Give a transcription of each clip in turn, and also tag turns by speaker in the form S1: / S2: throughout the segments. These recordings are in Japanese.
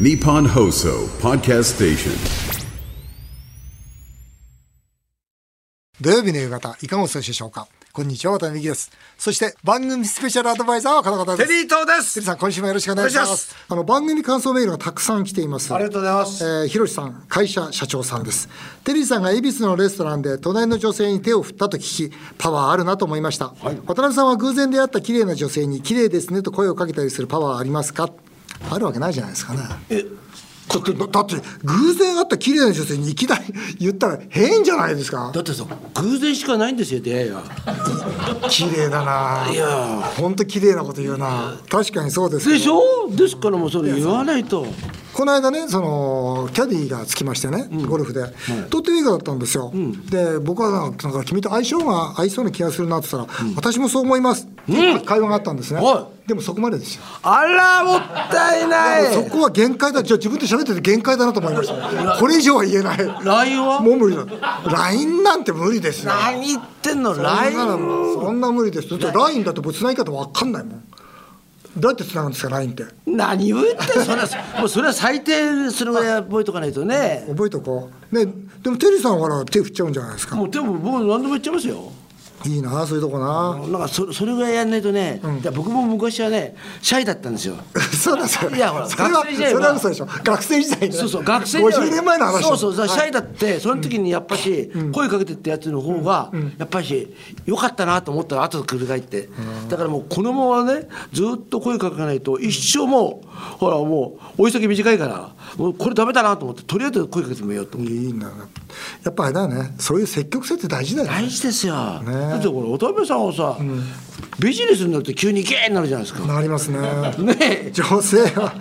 S1: Nippon Hoso Podcast Station.
S2: 土曜日の夕方、いかがお過ごしでしょうかこんにちは、渡辺美希です。そして、番組スペシャルアドバイザーは方々で
S3: テ
S2: す。
S3: リー東で
S2: テ
S3: す
S2: リーさん、今週もよろしくお願いし
S3: お
S2: ま
S3: 願い
S2: す。
S3: します
S2: あの、番組感想メールがたくさん来ています。
S3: ありがとうございます
S2: えー、ひろしさん、会社社長さんです。テリーさんが恵比寿のレストランで隣の女性に手を振ったと聞き、パワーあるなと思いました。渡辺さんは偶然出会った綺麗な女性に、綺麗ですねと声をかけたりするパワーはありますかあるわけないじゃないですかね。だって、だだって偶然会った綺麗な女性にいきなり言ったら変じゃないですか
S3: だ。ってさ偶然しかないんですよ出会いは
S2: 綺麗だな。
S3: いや
S2: 本当綺麗なこと言うな。確かにそうですけど
S3: でしょですからもうそれ言わないと
S2: この間ねそのキャディーがつきましてね、ゴルフで、とってもいい子だったんですよ、で僕はなんかなんか君と相性が合いそうな気がするなって言ったら、私もそう思います、って会話があったんですね、
S3: は
S2: でもそこまでですよ、
S3: あらもったいな
S2: そこは限界だじゃあ自分と喋ってて限界だなと思いましたこれ以上は言えないも
S3: LINE は
S2: う無理だ LINE なんて無理ですよ
S3: 何言ってんの
S2: ライン
S3: LINE
S2: そんな無理ですだって LINE だって僕繋ぎ方わかんないもんどうやって繋ぐんですか LINE って
S3: 何を言ってんそれはもうそれは最低それぐらい覚えとかないとね
S2: 覚えとこうねでもテリーさんはほら手振っちゃうんじゃないですか
S3: もうでも僕何でも言っちゃいますよ
S2: いいなそういうとこな
S3: なんかそそれぐらいやんないとね、だから僕も昔はねシャイだったんですよ
S2: そうだそうだ。
S3: いやほら
S2: それは
S3: 学生
S2: そ
S3: 時代は
S2: れは嘘でしょ。学生時代ね。
S3: そうそう学生
S2: 50年前の話だ。
S3: そうそうそうシャイ
S2: だ。
S3: だってその時にやっぱし声かけてったやつの方がやっぱし良かったなと思ったら後で繰り返ってだからもうこのままねずっと声かけないと一生もうほらもうお急ぎ短いからもうこれダメだなと思ってとりあえず声かけてみようと思って
S2: いいんだな。やっぱあれだよね。そういう積極性って大事だよね。
S3: 大事ですよだってこれ渡辺さんはさビジネスになると急にゲーになるじゃないですか
S2: なりますね。
S3: ねえ
S2: 女性は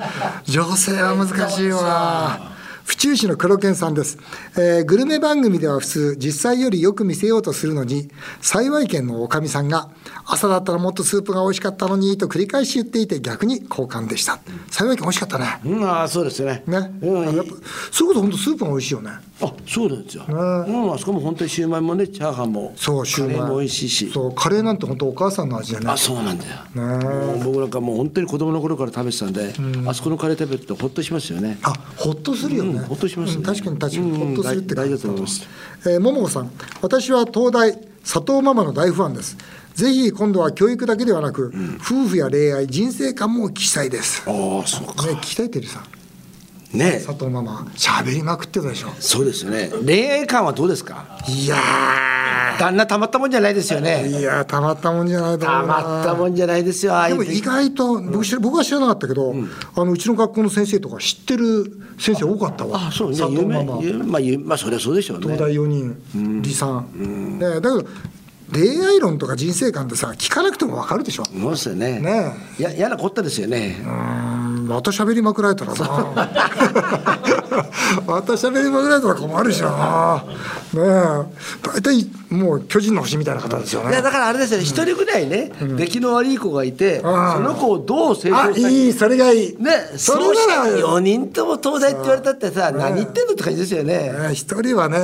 S2: 女性は難しいわ。府中市の黒犬さんです、えーグルメ番組では普通実際よりよく見せようとするのに幸い県のおかみさんが「朝だったらもっとスープが美味しかったのに」と繰り返し言っていて逆に好感でした幸い県美味しかったね
S3: うんああそうですね
S2: ね、
S3: うん
S2: やっぱそういうこと本当スープが美味しいよね
S3: あそうなんですよ、うん、あそこも本当にシューマイもねチャーハンも
S2: そうシューマイ
S3: カレーも美味しいし
S2: そうカレーなんて本当お母さんの味だね
S3: あそうなんだよ、もう僕なんかもう本当に子供の頃から食べてたんで、あそこのカレー食べるとほっとしますよね
S2: あほっとするよね、
S3: うんほっとしますね
S2: うん確かに確かに
S3: うん
S2: ほっとするって感じ
S3: 大事だと思います
S2: えー、桃子さん私は東大佐藤ママの大ファンですぜひ今度は教育だけではなく、夫婦や恋愛人生観もお聞きしたいですね
S3: ああそうか
S2: 聞きたいてるさん
S3: ね
S2: 佐藤ママ喋りまくってたでしょ
S3: そうですよね恋愛観はどうですか
S2: いや
S3: 旦那たまったもんじゃないですよ
S2: ー
S3: ね
S2: いやーたまったもんじゃないと思
S3: た
S2: うな
S3: まったもんじゃないですよああい
S2: で
S3: う
S2: も意外と僕知ら僕は知らなかったけど、あのうちの学校の先生とか知ってる先生多かったわ
S3: あそうね
S2: 佐藤
S3: 有
S2: マ
S3: 名
S2: マ
S3: 有まあ有まあそりゃそうでしょうね
S2: 東大4人、離散、ねだけど恋愛論とか人生観ってさ聞かなくても分かるでしょ、
S3: そうですよね
S2: ね
S3: や嫌なこったですよね、
S2: うん、また喋りまくられた らなまた喋りまくられたら困るじゃんねえ大体もう巨人の星みたいな方ですよ
S3: いや
S2: ね
S3: だからあれですよね一人ぐらいね、出来の悪い子がいて、その子をどう成
S2: あ
S3: 長した
S2: いいそれがいい
S3: ね、
S2: そ
S3: そうし
S2: れな
S3: た
S2: ら
S3: 4人とも東大って言われたってさ、何言ってんのって感じですよね。
S2: ね一人はね、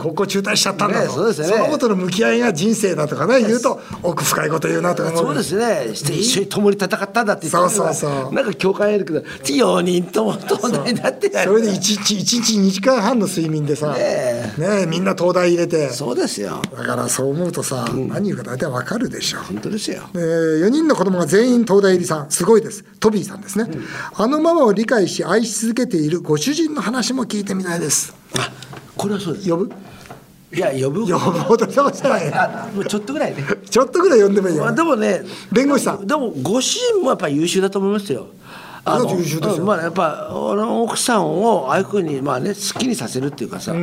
S2: 高校中退しちゃったんだと、
S3: ねそうですよね
S2: のことの向き合いが人生だとかね、言う と奥深いこと言うなとか思
S3: そうですね、して一緒に共に戦ったんだって言ってたのが
S2: そうそうそう
S3: なんか共感得るけど、4人とも東大だって
S2: それで一日一日2時間半の睡眠でさ、ね
S3: え
S2: えみんな東大入れて
S3: そうですよ、
S2: だからそう思うとさ、何言うか大体わかるでしょ
S3: 本当ですよ。
S2: え4人の子供が全員東大入りさんすごいですトビーさんですね、あのママを理解し愛し続けているご主人の話も聞いてみたいです
S3: あこれはそうです。
S2: 呼ぶ
S3: いや、呼ぶ
S2: 呼ぼうとしてましたね
S3: あもうちょっとぐらいね。
S2: ちょっとぐらい呼んでもいい
S3: まあ、
S2: よ
S3: でもね、
S2: 弁護士さん
S3: でもご主人もやっぱり優秀だと思いますよ。あ
S2: だって優秀ですよ
S3: うんまあやっぱあの奥さんをああいうふうにまあね好きにさせるっていうかさ、奥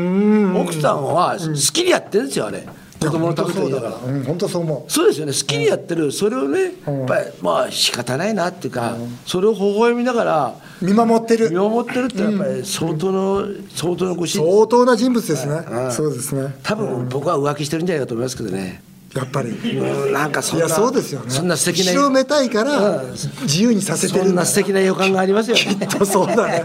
S3: さんは好きにやってるんですよあれ。子供のためにだから。
S2: うん本当そう思
S3: そうですよね好きにやってるそれをねやっぱりまあ仕方ないなっていうかそれを微笑みながら
S2: う見守ってる
S3: 見守ってるってやっぱり相当の相当のご主人
S2: 相当な人物ですね、そうですね
S3: 多分僕は浮気してるんじゃないかと思いますけどね。
S2: やっぱり
S3: うんなんかそ
S2: い
S3: んな
S2: やそうですよね
S3: そんな素敵な
S2: 後ろめたいから自由にさせて
S3: そ
S2: る
S3: んな素敵な予感がありますよね。
S2: とそうだね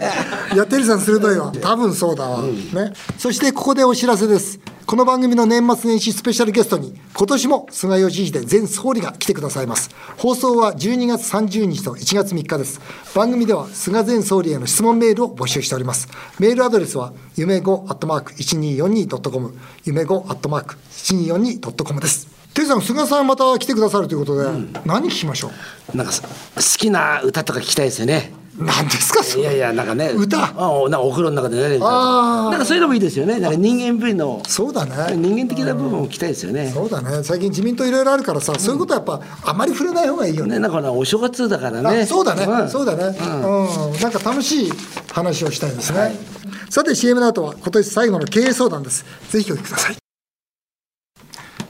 S2: いやてるさん鋭いわ多分そうだわ、ねそしてここでお知らせですこの番組の年末年始スペシャルゲストに今年も菅義偉前総理が来てくださいます放送は12月30日と1月3日です番組では菅前総理への質問メールを募集しておりますメールアドレスは夢5アットマーク 1242.com 夢5アットマーク 1242.com ですてるさん菅さんまた来てくださるということで、何聞きましょ
S3: なんかさ好きな歌とか聞きたいですよね
S2: う何ですかそ
S3: い
S2: れ
S3: やいやなんかね
S2: 歌
S3: あおなんかお風呂の中でね
S2: あー
S3: なんかそういうのもいいですよねなんか人間部位の
S2: そうだね
S3: 人間的な部分を聞きたいですよね
S2: そうだね最近自民党いろいろあるからさ、そういうことはやっぱあまり触れない方がいいよね
S3: ねなんかほらお正月だからね
S2: あそうだね、
S3: ん
S2: そうだね、うんなんか楽しい話をしたいですね、さて CM の後は今年最後の経営相談ですぜひお聞きください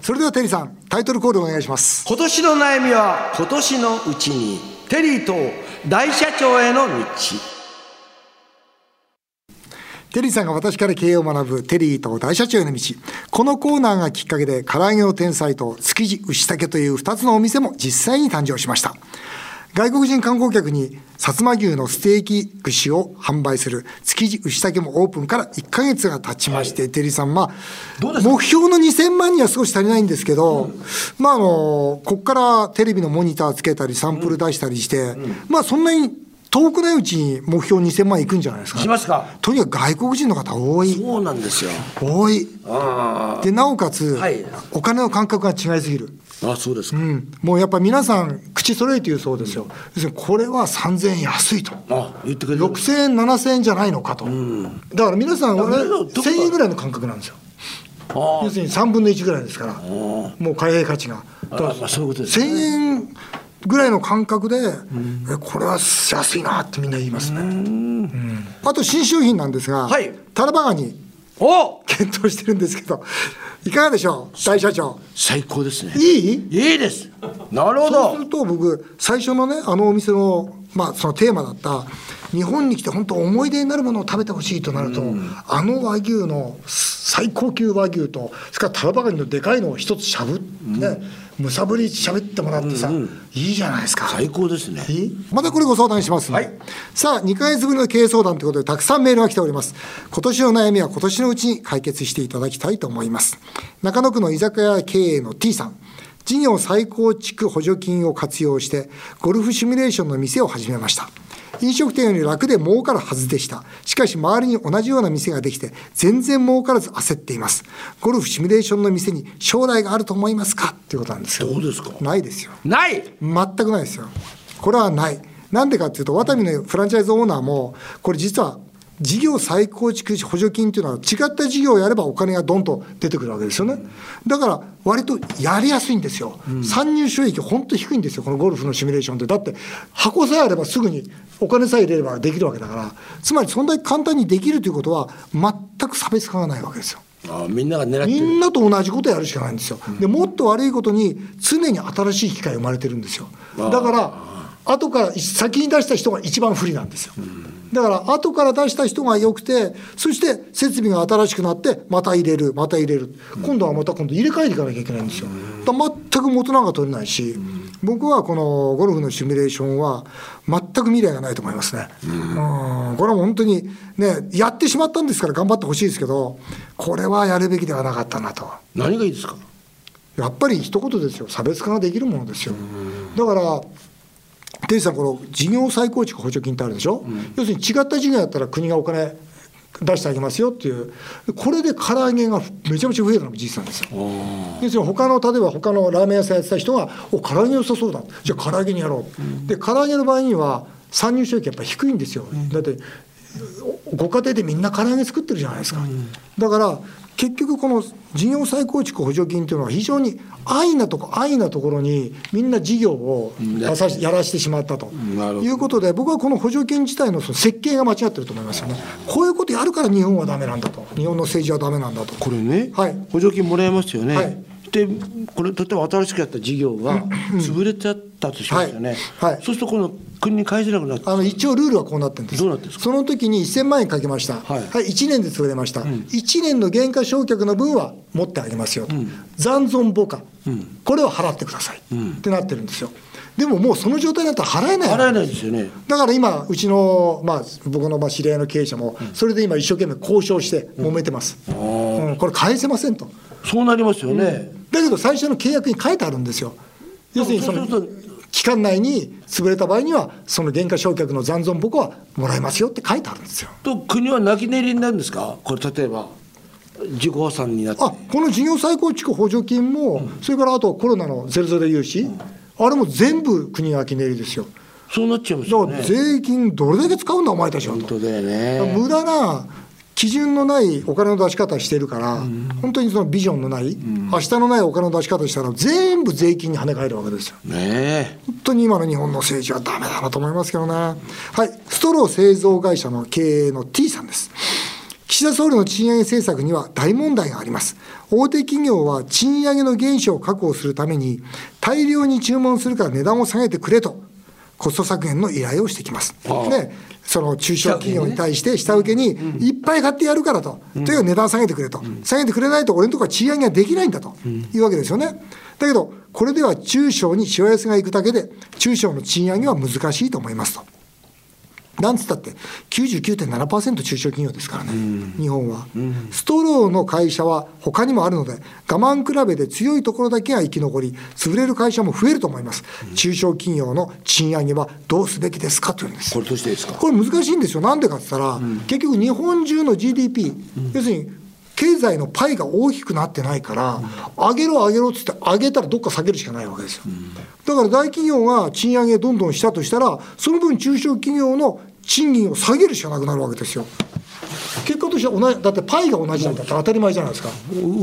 S2: それではテリーさんタイトルコールお願いします
S3: 今年の悩みは今年のうちにテリーと大社長への道
S2: テリーさんが私から経営を学ぶテリーと大社長への道このコーナーがきっかけで唐揚げの天才と築地牛竹という2つのお店も実際に誕生しました外国人観光客に薩摩牛のステーキ串を販売する築地牛竹もオープンから1ヶ月が経ちまして、テリーさんまあ
S3: どうですか
S2: 目標の2000万には少し足りないんですけど、まああのこっからテレビのモニターつけたりサンプル出したりして、まあそんなに遠くないうちに目標2000万いくんじゃないですか
S3: しますか
S2: とにかく外国人の方多い
S3: そうなんですよ
S2: 多い
S3: あ
S2: でなおかつ、
S3: はい
S2: お金の感覚が違いすぎる、
S3: ーあそうですか、
S2: うん、もうやっぱ皆さん口揃えて言うそうですよ、要するにこれは3000円安いと
S3: あ言ってくれる
S2: 6000円7000円じゃないのかと、だから皆さん
S3: だから
S2: 1000円ぐらいの感覚なんですよ
S3: あ
S2: 要するに3分の1ぐらいですからもう貨幣価値がだから
S3: あまあそういうことです
S2: 1000
S3: ね
S2: 円ぐらいの感覚で、えこれは安いなってみんな言いますね、うんあと新商品なんですが、
S3: はい
S2: タラバガニ
S3: お
S2: 検討してるんですけど、いかがでしょう、大社長。
S3: 最高ですね
S2: いい
S3: いいですなるほ
S2: そうす
S3: ど
S2: ると僕、最初のね、あのお店の,、まあそのテーマだった、日本に来て本当、思い出になるものを食べてほしいとなると、あの和牛の最高級和牛と、それからタラバガニのでかいのを一つしゃぶって、むさぶりしゃべってもらってさ、いいじゃないですか。
S3: 最高ですね
S2: またこれご相談しますね、さあ2ヶ月ぶりの経営相談ということでたくさんメールが来ております今年の悩みは今年のうちに解決していただきたいと思います中野区の居酒屋経営の T さん事業再構築補助金を活用してゴルフシミュレーションの店を始めました飲食店より楽で儲かるはずでしたしかし周りに同じような店ができて全然儲からず焦っていますゴルフシミュレーションの店に将来があると思いますかということなんですけ
S3: どうですか
S2: ないですよ
S3: ない
S2: 全くないですよ、これはない、なんでかっていうと、ワタミのフランチャイズオーナーも、これ実は事業再構築補助金っていうのは、違った事業をやればお金がどんと出てくるわけですよね、だから割とやりやすいんですよ、参入収益、本当低いんですよ、このゴルフのシミュレーションって、だって箱さえあればすぐにお金さえ入れればできるわけだから、つまりそんなに簡単にできるということは、全く差別化がないわけですよ。
S3: あみんなが狙って
S2: み
S3: る
S2: んなと同じことやるしかないんですよ、でもっと悪いことに常に新しい機械が生まれてるんですよだから後から先に出した人が一番不利なんですよ、だから後から出した人が良くてそして設備が新しくなってまた入れるまた入れる、今度はまた今度入れ替えていかなきゃいけないんですよ、だから全く元なんか取れないし、僕はこのゴルフのシミュレーションは全く未来がないと思いますね、うん、これは本当にねやってしまったんですから頑張ってほしいですけどこれはやるべきではなかったなと
S3: 何がいいですか
S2: やっぱり一言ですよ差別化ができるものですよだからテリーさんこの事業再構築補助金ってあるでしょ、要するに違った事業だったら国がお金出してあげますよっていうこれで唐揚げがめちゃめちゃ増えたのも事実なんですよ要するに他の例えば他のラーメン屋さんやってた人が「お唐揚げ良さそうだ」じゃあ唐揚げにやろう、で唐揚げの場合には参入収益やっぱ低いんですよ、だっておご家庭でみんな唐揚げ作ってるじゃないですか、だから結局この事業再構築補助金というのは非常に安易なとこ安易なところにみんな事業をやさしやらしてしまったと
S3: なるほど
S2: いうことで僕はこの補助金自体のその設計が間違ってると思いますよねこういうことやるから日本はダメなんだと日本の政治はダメなんだと
S3: これね、
S2: はい
S3: 補助金もらえますよね、
S2: はい
S3: でこれ例えば新しくやった事業が潰れちゃったとしますよね、
S2: はいはい
S3: そうするとこの国に返せなくなっちゃう
S2: あの一応ルールはこうなってるんです
S3: どうなってるんですか
S2: その時に1000万円かけました、
S3: は
S2: はいい1年で潰れました、1年の減価償却の分は持ってあげますよと、残存母価、これを払ってください、ってなってるんですよでももうその状態になったら払えない
S3: 払えないですよね
S2: だから今、うちの、まあ、僕のまあ知り合いの経営者も、それで今、一生懸命交渉して揉めてます。うんんこれ返せませんと。
S3: そうなりますよね、
S2: だけど最初の契約に書いてあるんですよ。要するにその
S3: そうそうそう
S2: 期間内に潰れた場合には、その減価償却の残存僕はもらえますよって書いてあるんですよ。
S3: と国は泣き寝入りになるんですかこれ例えば自己破産になって
S2: あこの事業再構築補助金も、それからあとコロナのゼロゼロ融資、あれも全部国の秋きりですよ。
S3: そうなっちゃいます
S2: だ
S3: よ
S2: から
S3: ね
S2: 税金どれだけ使うんだお前たちは
S3: 本
S2: と。
S3: 当だよね
S2: 無駄な基準のないお金の出し方してるから、本当にそのビジョンのない、明日のないお金の出し方したら全部税金に跳ね返るわけですよ。
S3: ね
S2: 本当に今の日本の政治はダメだなと思いますけどね。はい。ストロー製造会社の経営の T さんです。岸田総理の賃上げ政策には大問題があります。大手企業は賃上げの原資を確保するために、大量に注文するから値段を下げてくれと、コスト削減の依頼をしてきます。ね、その中小企業に対して下請けに、いっぱい買ってやるからと、というか値段下げてくれと、下げてくれないと俺のところは賃上げができないんだというわけですよね。だけど、これでは中小にしわ寄せがいくだけで、中小の賃上げは難しいと思いますと。なんつったって99.7%中小企業ですからね、日本は、ストローの会社は他にもあるので我慢比べで強いところだけが生き残り潰れる会社も増えると思います、中小企業の賃上げはどうすべきですかというんです
S3: これどうしてですか
S2: これ難しいんですよ、なんでかって言ったら、結局、日本中の GDP、要するに経済のパイが大きくなってないから、上げろ、上げろって言って、上げたらどっか下げるしかないわけですよ。だから大企業が賃上げどんどんしたとしたら、その分、中小企業の賃金を下げるしかなくなるわけですよ。結果としては同じ、だってパイが同じなんだったら当たり前じゃないですか。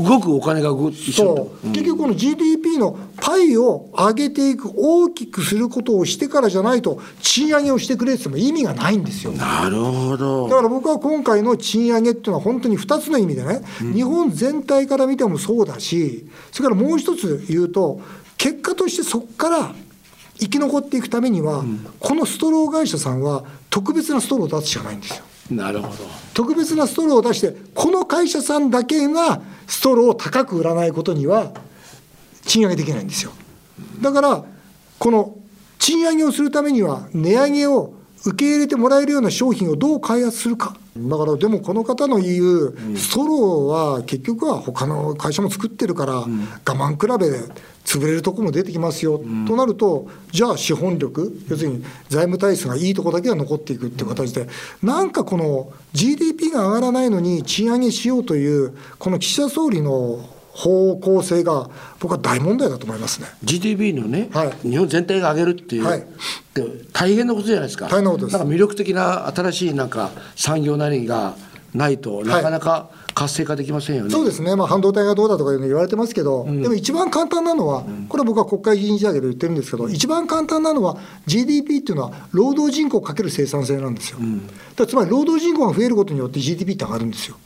S3: 動くお金が動く一緒と
S2: そう結局この GDP のパイを上げていく大きくすることをしてからじゃないと賃上げをしてくれって言っても意味がないんですよ
S3: なるほど
S2: だから僕は今回の賃上げっていうのは本当に2つの意味でね、日本全体から見てもそうだし、それからもう一つ言うと、結果としてそこから生き残っていくためには、このストロー会社さんは特別なストローを出すしかないんですよ。
S3: なるほど
S2: 特別なストローを出して、この会社さんだけがストローを高く売らないことには、賃上げできないんですよ。だから、この賃上げをするためには、値上げを受け入れてもらえるような商品をどう開発するか。だからでもこの方の言うストローは結局は他の会社も作ってるから我慢比べで潰れるとこも出てきますよとなるとじゃあ資本力要するに財務体質がいいとこだけが残っていくっていう形でなんかこの GDP が上がらないのに賃上げしようというこの岸田総理の方向性が僕は大問題だと思いますね。
S3: GDP のね、
S2: はい
S3: 日本全体が上げるっていう、
S2: はい
S3: で大変なことじゃないですか
S2: 大変なことです
S3: んか魅力的な新しいなんか産業なりがないとなかなか活性化できませんよね、
S2: そうですね、まあ、半導体がどうだとかいうの言われてますけど、でも一番簡単なのは、これは僕は国会議員時代で言ってるんですけど、一番簡単なのは、GDP っていうのは、労働人口かける生産性なんですよ。だからつまり、労働人口が増えることによって GDP って上がるんですよ。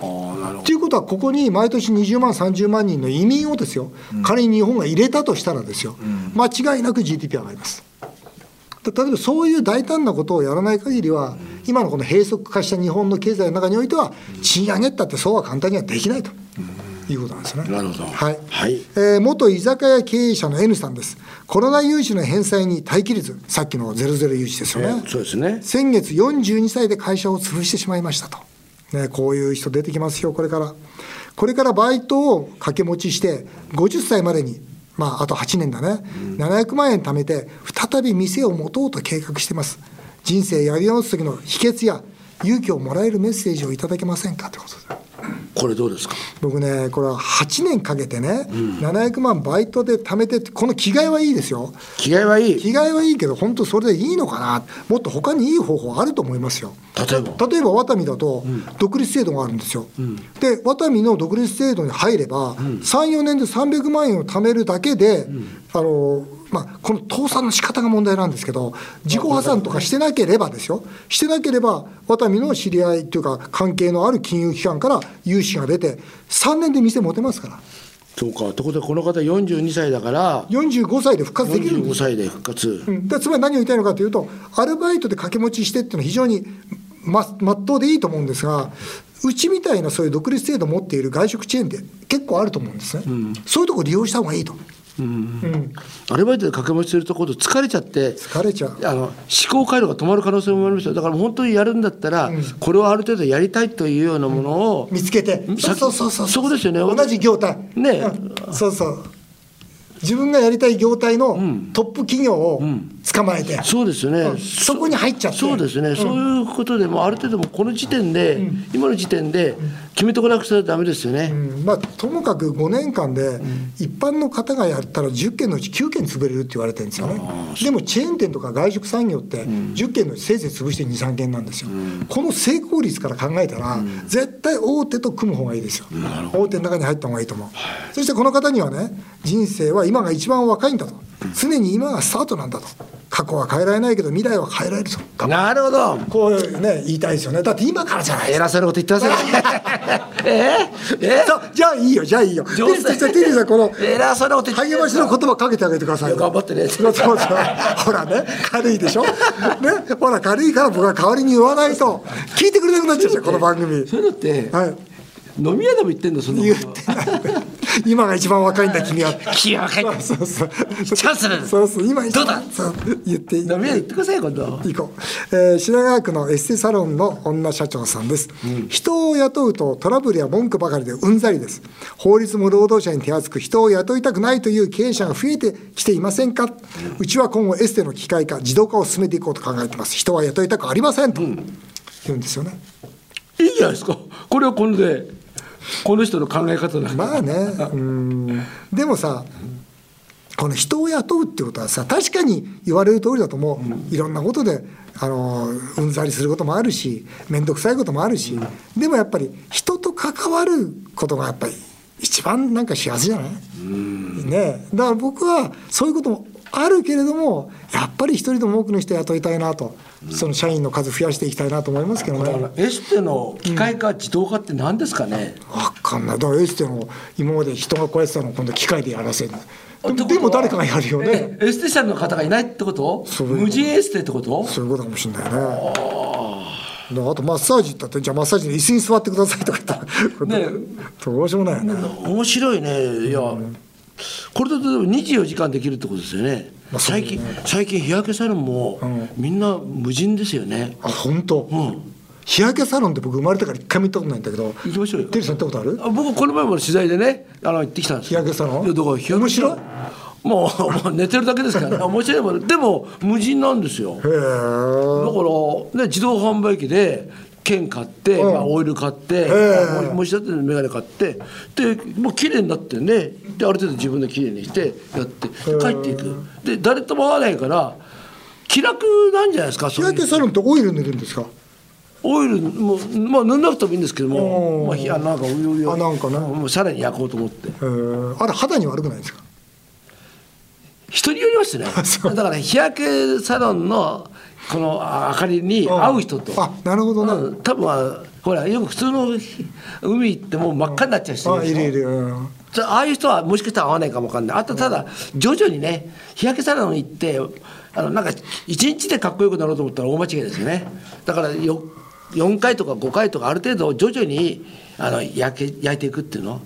S3: ああなるほ
S2: ということは、ここに毎年20万、30万人の移民をですよ、仮に日本が入れたとしたらですよ、間違いなく GDP 上がります。だ例えばそういう大胆なことをやらない限りは、今のこの閉塞化した日本の経済の中においては、賃上げったってそうは簡単にはできないということなんですよね。
S3: どなるほど
S2: はい
S3: はい
S2: えー元居酒屋経営者の N さんです、コロナ融資の返済に耐えきれず、さっきのゼロゼロ融資ですよね、
S3: そうですね
S2: 先月42歳で会社を潰してしまいましたと、ね、こういう人出てきますよ、これから。これからバイトを掛け持ちして、50歳までに、まあ、あと8年だね、700万円貯めて、再び店を持とうと計画してます。人生やり直す時の秘訣や勇気をもらえるメッセージをいただけませんかということで。
S3: これどうですか
S2: 僕ねこれは8年かけてね、700万バイトで貯めてってこの着替えはいいですよ
S3: 着替えはいい
S2: 着替えはいいけど本当それでいいのかなもっと他にいい方法あると思いますよ
S3: 例えば
S2: 例えばワタミだと独立制度があるんですよ、でワタミの独立制度に入れば、34年で300万円を貯めるだけで、あのまあ、この倒産の仕方が問題なんですけど自己破産とかしてなければですよしてなければワタミの知り合いというか関係のある金融機関から融資が出て3年で店持てますから
S3: そうかということでこの方42歳だから
S2: 45歳で復活できるんです
S3: 45歳で復活、
S2: うんだからつまり何を言いたいのかというと、アルバイトで掛け持ちしてっていうのは非常にままっとうでいいと思うんですが、うちみたいなそういう独立制度を持っている外食チェーンって結構あると思うんですね、そういうところ利用した方がいいと、
S3: アルバイトで掛け持ちすると今度疲れちゃって
S2: 疲れちゃう
S3: あの思考回路が止まる可能性もありますよだから本当にやるんだったら、これをある程度やりたいというようなものを、
S2: 見つけて
S3: ん
S2: そうそうそうそう
S3: そこですよね
S2: 同じ業態
S3: ね
S2: うんそうそう自分がやりたい業態のトップ企業を捕まえて、
S3: そうですよね、
S2: うんそこに入っちゃって
S3: そうですね、そういうことでもうある程度もうこの時点で、今の時点で決めておかなくちゃダメですよね、
S2: うんまあ、ともかく5年間で一般の方がやったら10件のうち9件潰れるって言われてるんですよねでもチェーン店とか外食産業って10件のうちせいぜい潰して23件なんですよ、この成功率から考えたら絶対大手と組む方がいいですよ大手の中に入った方がいいと思うそしてこの方にはね人生は今が一番若いんだと常に今がスタートなんだと過去は変えられないけど未来は変えられると
S3: なるほど
S2: こうね言いたいですよねだって今からじゃないですか
S3: 偉そうなこと言ってますね ええ
S2: そうじゃあいいよじゃあいいよテ
S3: 女
S2: リー
S3: 性
S2: さんテリーさんこの
S3: 偉そうなこと言って
S2: 励ましの言葉かけてあげてくださいよ
S3: いや頑張ってね
S2: そうそうそうほらね軽いで しょねほら軽いから僕は代わりに言わないと聞いてくれなくなっちゃうじゃんこの番組
S3: そういうのって、
S2: はい
S3: 飲み屋でも言ってんだそんな
S2: 言
S3: こ
S2: ってない今が一番若いんだ君は
S3: と 気が若いチ
S2: そうそう
S3: ャンスだ
S2: そうそう今一
S3: どう
S2: 番
S3: だ
S2: そう言っていい
S3: 飲み屋で言ってくださいよ今度
S2: 行こう、えー品川区のエッセサロンの女社長さんです、人を雇うとトラブルや文句ばかりでうんざりです法律も労働者に手厚く人を雇いたくないという経営者が増えてきていませんか、うちは今後エステの機械化自動化を進めていこうと考えてます人は雇いたくありませんと、言うんですよね
S3: いいじゃないですかこれはこれでこの人の考え方なんか
S2: まあ ねうんでもさこの人を雇うってことはさ確かに言われる通りだと思う、いろんなことであのうんざりすることもあるし面倒くさいこともあるし、でもやっぱり人と関わることがやっぱり一番なんか幸せじゃない、ねえだから僕はそういうこともあるけれどもやっぱり一人でも多くの人雇いたいなと、その社員の数増やしていきたいなと思いますけどね。
S3: だからエステの機械化自動化って何ですかね、
S2: わかんないだからエステの今まで人がこうやってたのを今度機械でやらせるで
S3: って
S2: も
S3: ことは
S2: でも誰かがやるよね、
S3: エステ社の方がいないってこと
S2: そう
S3: 無人エステってこと
S2: そういうことかもしれないねだからあとマッサージだってじゃあマッサージの椅子に座ってくださいとか言ったら、
S3: ね
S2: どうしようもないよね、
S3: 面白いねいや、これだとでも24時間できるってことですよね,、
S2: まあそうね
S3: 最近最近日焼けサロンも、みんな無人ですよね
S2: あ本当、
S3: ん
S2: 日焼けサロンって僕生まれてから一回も行ったことないんだけど
S3: 行きましょうよ
S2: テリーさん行ったことある
S3: あ僕この前も取材でねあの行ってきたんですよ
S2: 日焼けサロン
S3: いやだから日焼けサロンもうもう寝てるだけですから面白いものでも無人なんですよ
S2: へえ
S3: だから、ね、自動販売機で券買って、
S2: うん
S3: まあ、オイル買って、
S2: ええ
S3: もう一つ眼鏡買ってでもう綺麗になってねである程度自分で綺麗にしてやってで帰っていくで誰とも会わないから気楽なんじゃないですか
S2: 日
S3: そう
S2: 焼
S3: い
S2: け
S3: う
S2: サロンってオイル塗るんですか
S3: オイルも、まあ、塗んなくてもいいんですけど
S2: うん
S3: も、まあひ、あなんかおいおい
S2: あなんかね
S3: もうさらに焼こうと思って
S2: へーあれ肌に悪くないですか
S3: 人によりますね
S2: そう
S3: だから日焼けサロンのこのあ明かりに合う人と、
S2: あなるほどね、
S3: うん多分はほらよく普通の海行ってもう真っ赤になっちゃう人
S2: あい
S3: るで
S2: る
S3: しょ
S2: いる、うん
S3: じゃあああいう人はもしかしたら合わないかもわかんないあとただ徐々にね日焼けサロン行ってあのなんか一日でかっこよくなろうと思ったら大間違いですよねだからよ4回とか5回とかある程度徐々にあの焼け焼いていくっていうの、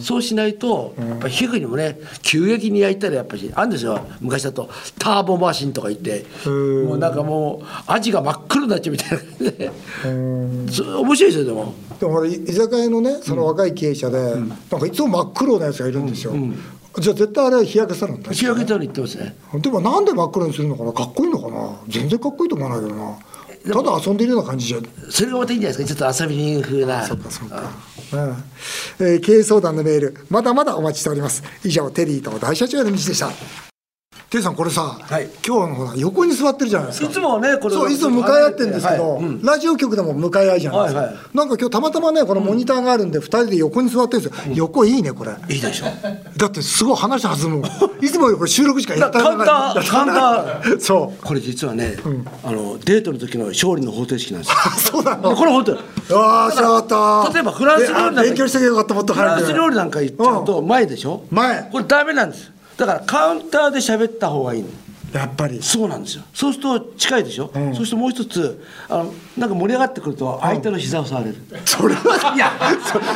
S3: そうしないとやっぱ皮膚にもね急激に焼いたらやっぱりあるんですよ昔だとターボマシンとか言って
S2: うん
S3: もうなんかもうアジが真っ黒になっちゃうみたいな感じでそう面白いですよでも。
S2: でもほらい居酒屋のねその若い経営者で、なんかいつも真っ黒なやつがいるんですよ、じゃあ絶対あれは日焼けサロンだ
S3: 日焼けサロン行ってますね
S2: でもなんで真っ黒にするのかなかっこいいのかな全然かっこいいと思わないけどなただ遊んでるような感じじゃ
S3: それがまたいいんじゃないですかちょっと遊び人風な
S2: そうかそうか、うんえー経営相談のメールまだまだお待ちしております以上テリーと大社長への道でしたテリーさんこれさ、
S3: い
S2: 今日のほら横に座ってるじゃないですか
S3: いつもねこれ
S2: そういつも向かい合ってるんですけど、
S3: はいうん
S2: ラジオ局でも向かい合いじゃないですか、
S3: はいはい
S2: なんか今日たまたまねこのモニターがあるんで2人で横に座ってるんですよ、横いいねこれ
S3: いい でしょ
S2: だってすごい話弾 むもんいつもよりこれ収録しかやった
S3: だ簡単簡
S2: そう
S3: これ実はね、あのデートの時の勝利の方程式なんですよ
S2: そうなの
S3: これ本当
S2: ああ知らなかった
S3: 例えばフランス料理なん
S2: であ
S3: か
S2: 勉強してきゃよかったもっと
S3: フ
S2: 早
S3: ラ
S2: く
S3: ンス料理なんか言っちゃうと前でしょ
S2: 前
S3: これダメなんですだからカウンターで喋った方がいいの
S2: やっぱり
S3: そうなんですよそうすると近いでしょ、そうするともう一つあのなんか盛り上がってくると相手の膝を触れる、
S2: それはい
S3: や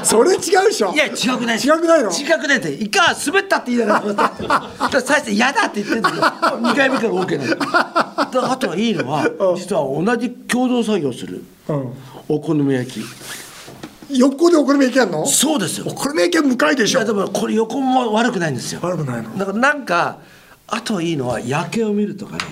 S2: そそれ違うでしょ
S3: いや違くない
S2: 違くないの
S3: 違くないって一回滑ったって言いなが らだから最初嫌だって言ってんだけど2回目から OK なのだあとはいいのは実は同じ共同作業する、
S2: ん
S3: お好み焼き
S2: 横でお好み焼きやんの
S3: そうですよ
S2: お好み焼きは向かいで
S3: い
S2: し
S3: やで
S2: ょ
S3: もこれ横も悪くないんですよ
S2: 悪くないの
S3: だからなんかあとはいいのは夜景を見るとかね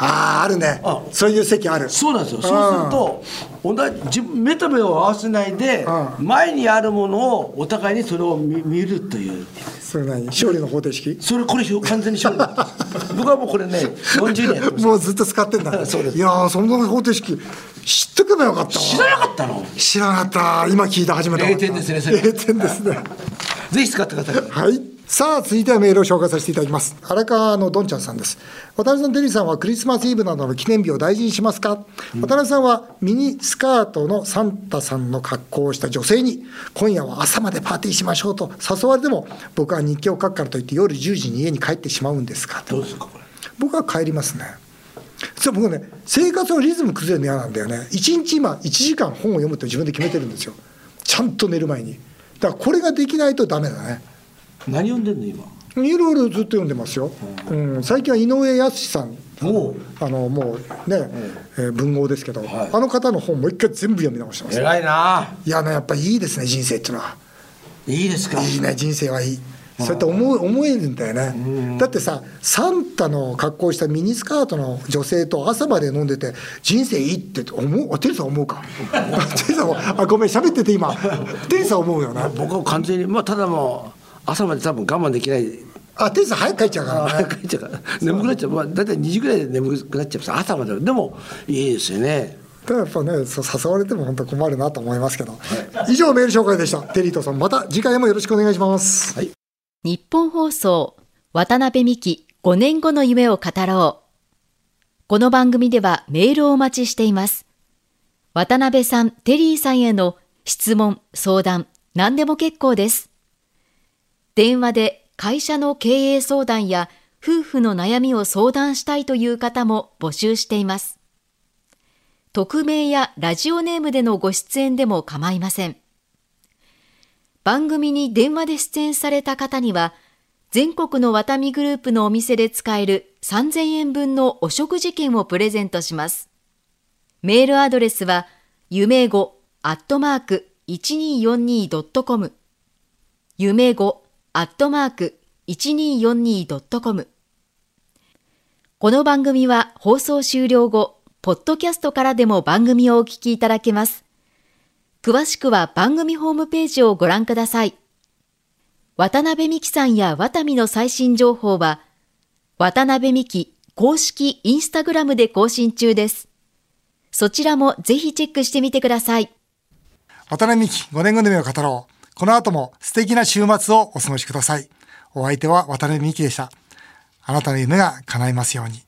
S2: あああるね
S3: あ
S2: そういう席ある
S3: そうなんですよそうすると同じ自分目と目を合わせないで
S2: う
S3: 前にあるものをお互いにそれを見見るという
S2: それ何勝利の方程式
S3: それこれ完全に勝負なん です僕はもうこれね40年やってます
S2: もうずっと使ってんだ
S3: そうです
S2: いやーその方程式知っとけばよかったわ
S3: 知らなかったの
S2: 知らなかった今聞いた初めて分かった
S3: 0点ですねそれ
S2: 0点ですね
S3: ぜひ使ってください
S2: はい。さあ、続いてはメールを紹介させていただきます。荒川のどんちゃんさんです。渡辺さん、デリーさんはクリスマスイブなどの記念日を大事にしますか、渡辺さんはミニスカートのサンタさんの格好をした女性に、今夜は朝までパーティーしましょうと誘われても、僕は日記を書くからといって夜10時に家に帰ってしまうんですかと
S3: どうですかこれ
S2: 僕は帰りますねそう僕ね生活のリズム崩れるの嫌なんだよね一日今1時間本を読むって自分で決めてるんですよちゃんと寝る前にだからこれができないとダメだね
S3: 何読んでんの今
S2: いろいろずっと読んでますよ、うん、最近は井上康さん
S3: もう
S2: あのもうね、えー文豪ですけど、
S3: はい
S2: あの方の本もう一回全部読み直してます
S3: 偉いない
S2: やねやっぱいいですね人生っていうのはい
S3: いですか
S2: いいね人生はいいそうやって思う思えるんだよねだってさサンタの格好をしたミニスカートの女性と朝まで飲んでて人生いいって思うテリーさん思うか テリーさんはあごめん喋ってて今テリーさん思うよな
S3: 僕は完全にまあただもう朝まで多分我慢できない
S2: あテリーさん早く帰っちゃうからね
S3: 早 く帰っちゃうから眠くなっちゃうまあ大体2時ぐらいで眠くなっちゃいます朝まででもいいですよね
S2: ただやっぱねそう誘われても本当困るなと思いますけど以上メール紹介でしたテリーとさんまた次回もよろしくお願いします
S4: 日本放送渡辺美希5年後の夢を語ろう。この番組ではメールをお待ちしています。渡辺さん、テリーさんへの質問、相談、何でも結構です。電話で会社の経営相談や夫婦の悩みを相談したいという方も募集しています。匿名やラジオネームでのご出演でも構いません。番組に電話で出演された方には、全国のワタミグループのお店で使える3000円分のお食事券をプレゼントします。メールアドレスは、夢語アットマーク 1242.com 夢語アットマーク 1242.com この番組は放送終了後、ポッドキャストからでも番組をお聞きいただけます。詳しくは番組ホームページをご覧ください。渡辺美希さんやワタミの最新情報は、渡辺美希公式インスタグラムで更新中です。そちらもぜひチェックしてみてください。
S2: 渡辺美希5年組を語ろう。この後も素敵な週末をお過ごしください。お相手は渡辺美希でした。あなたの夢が叶いますように。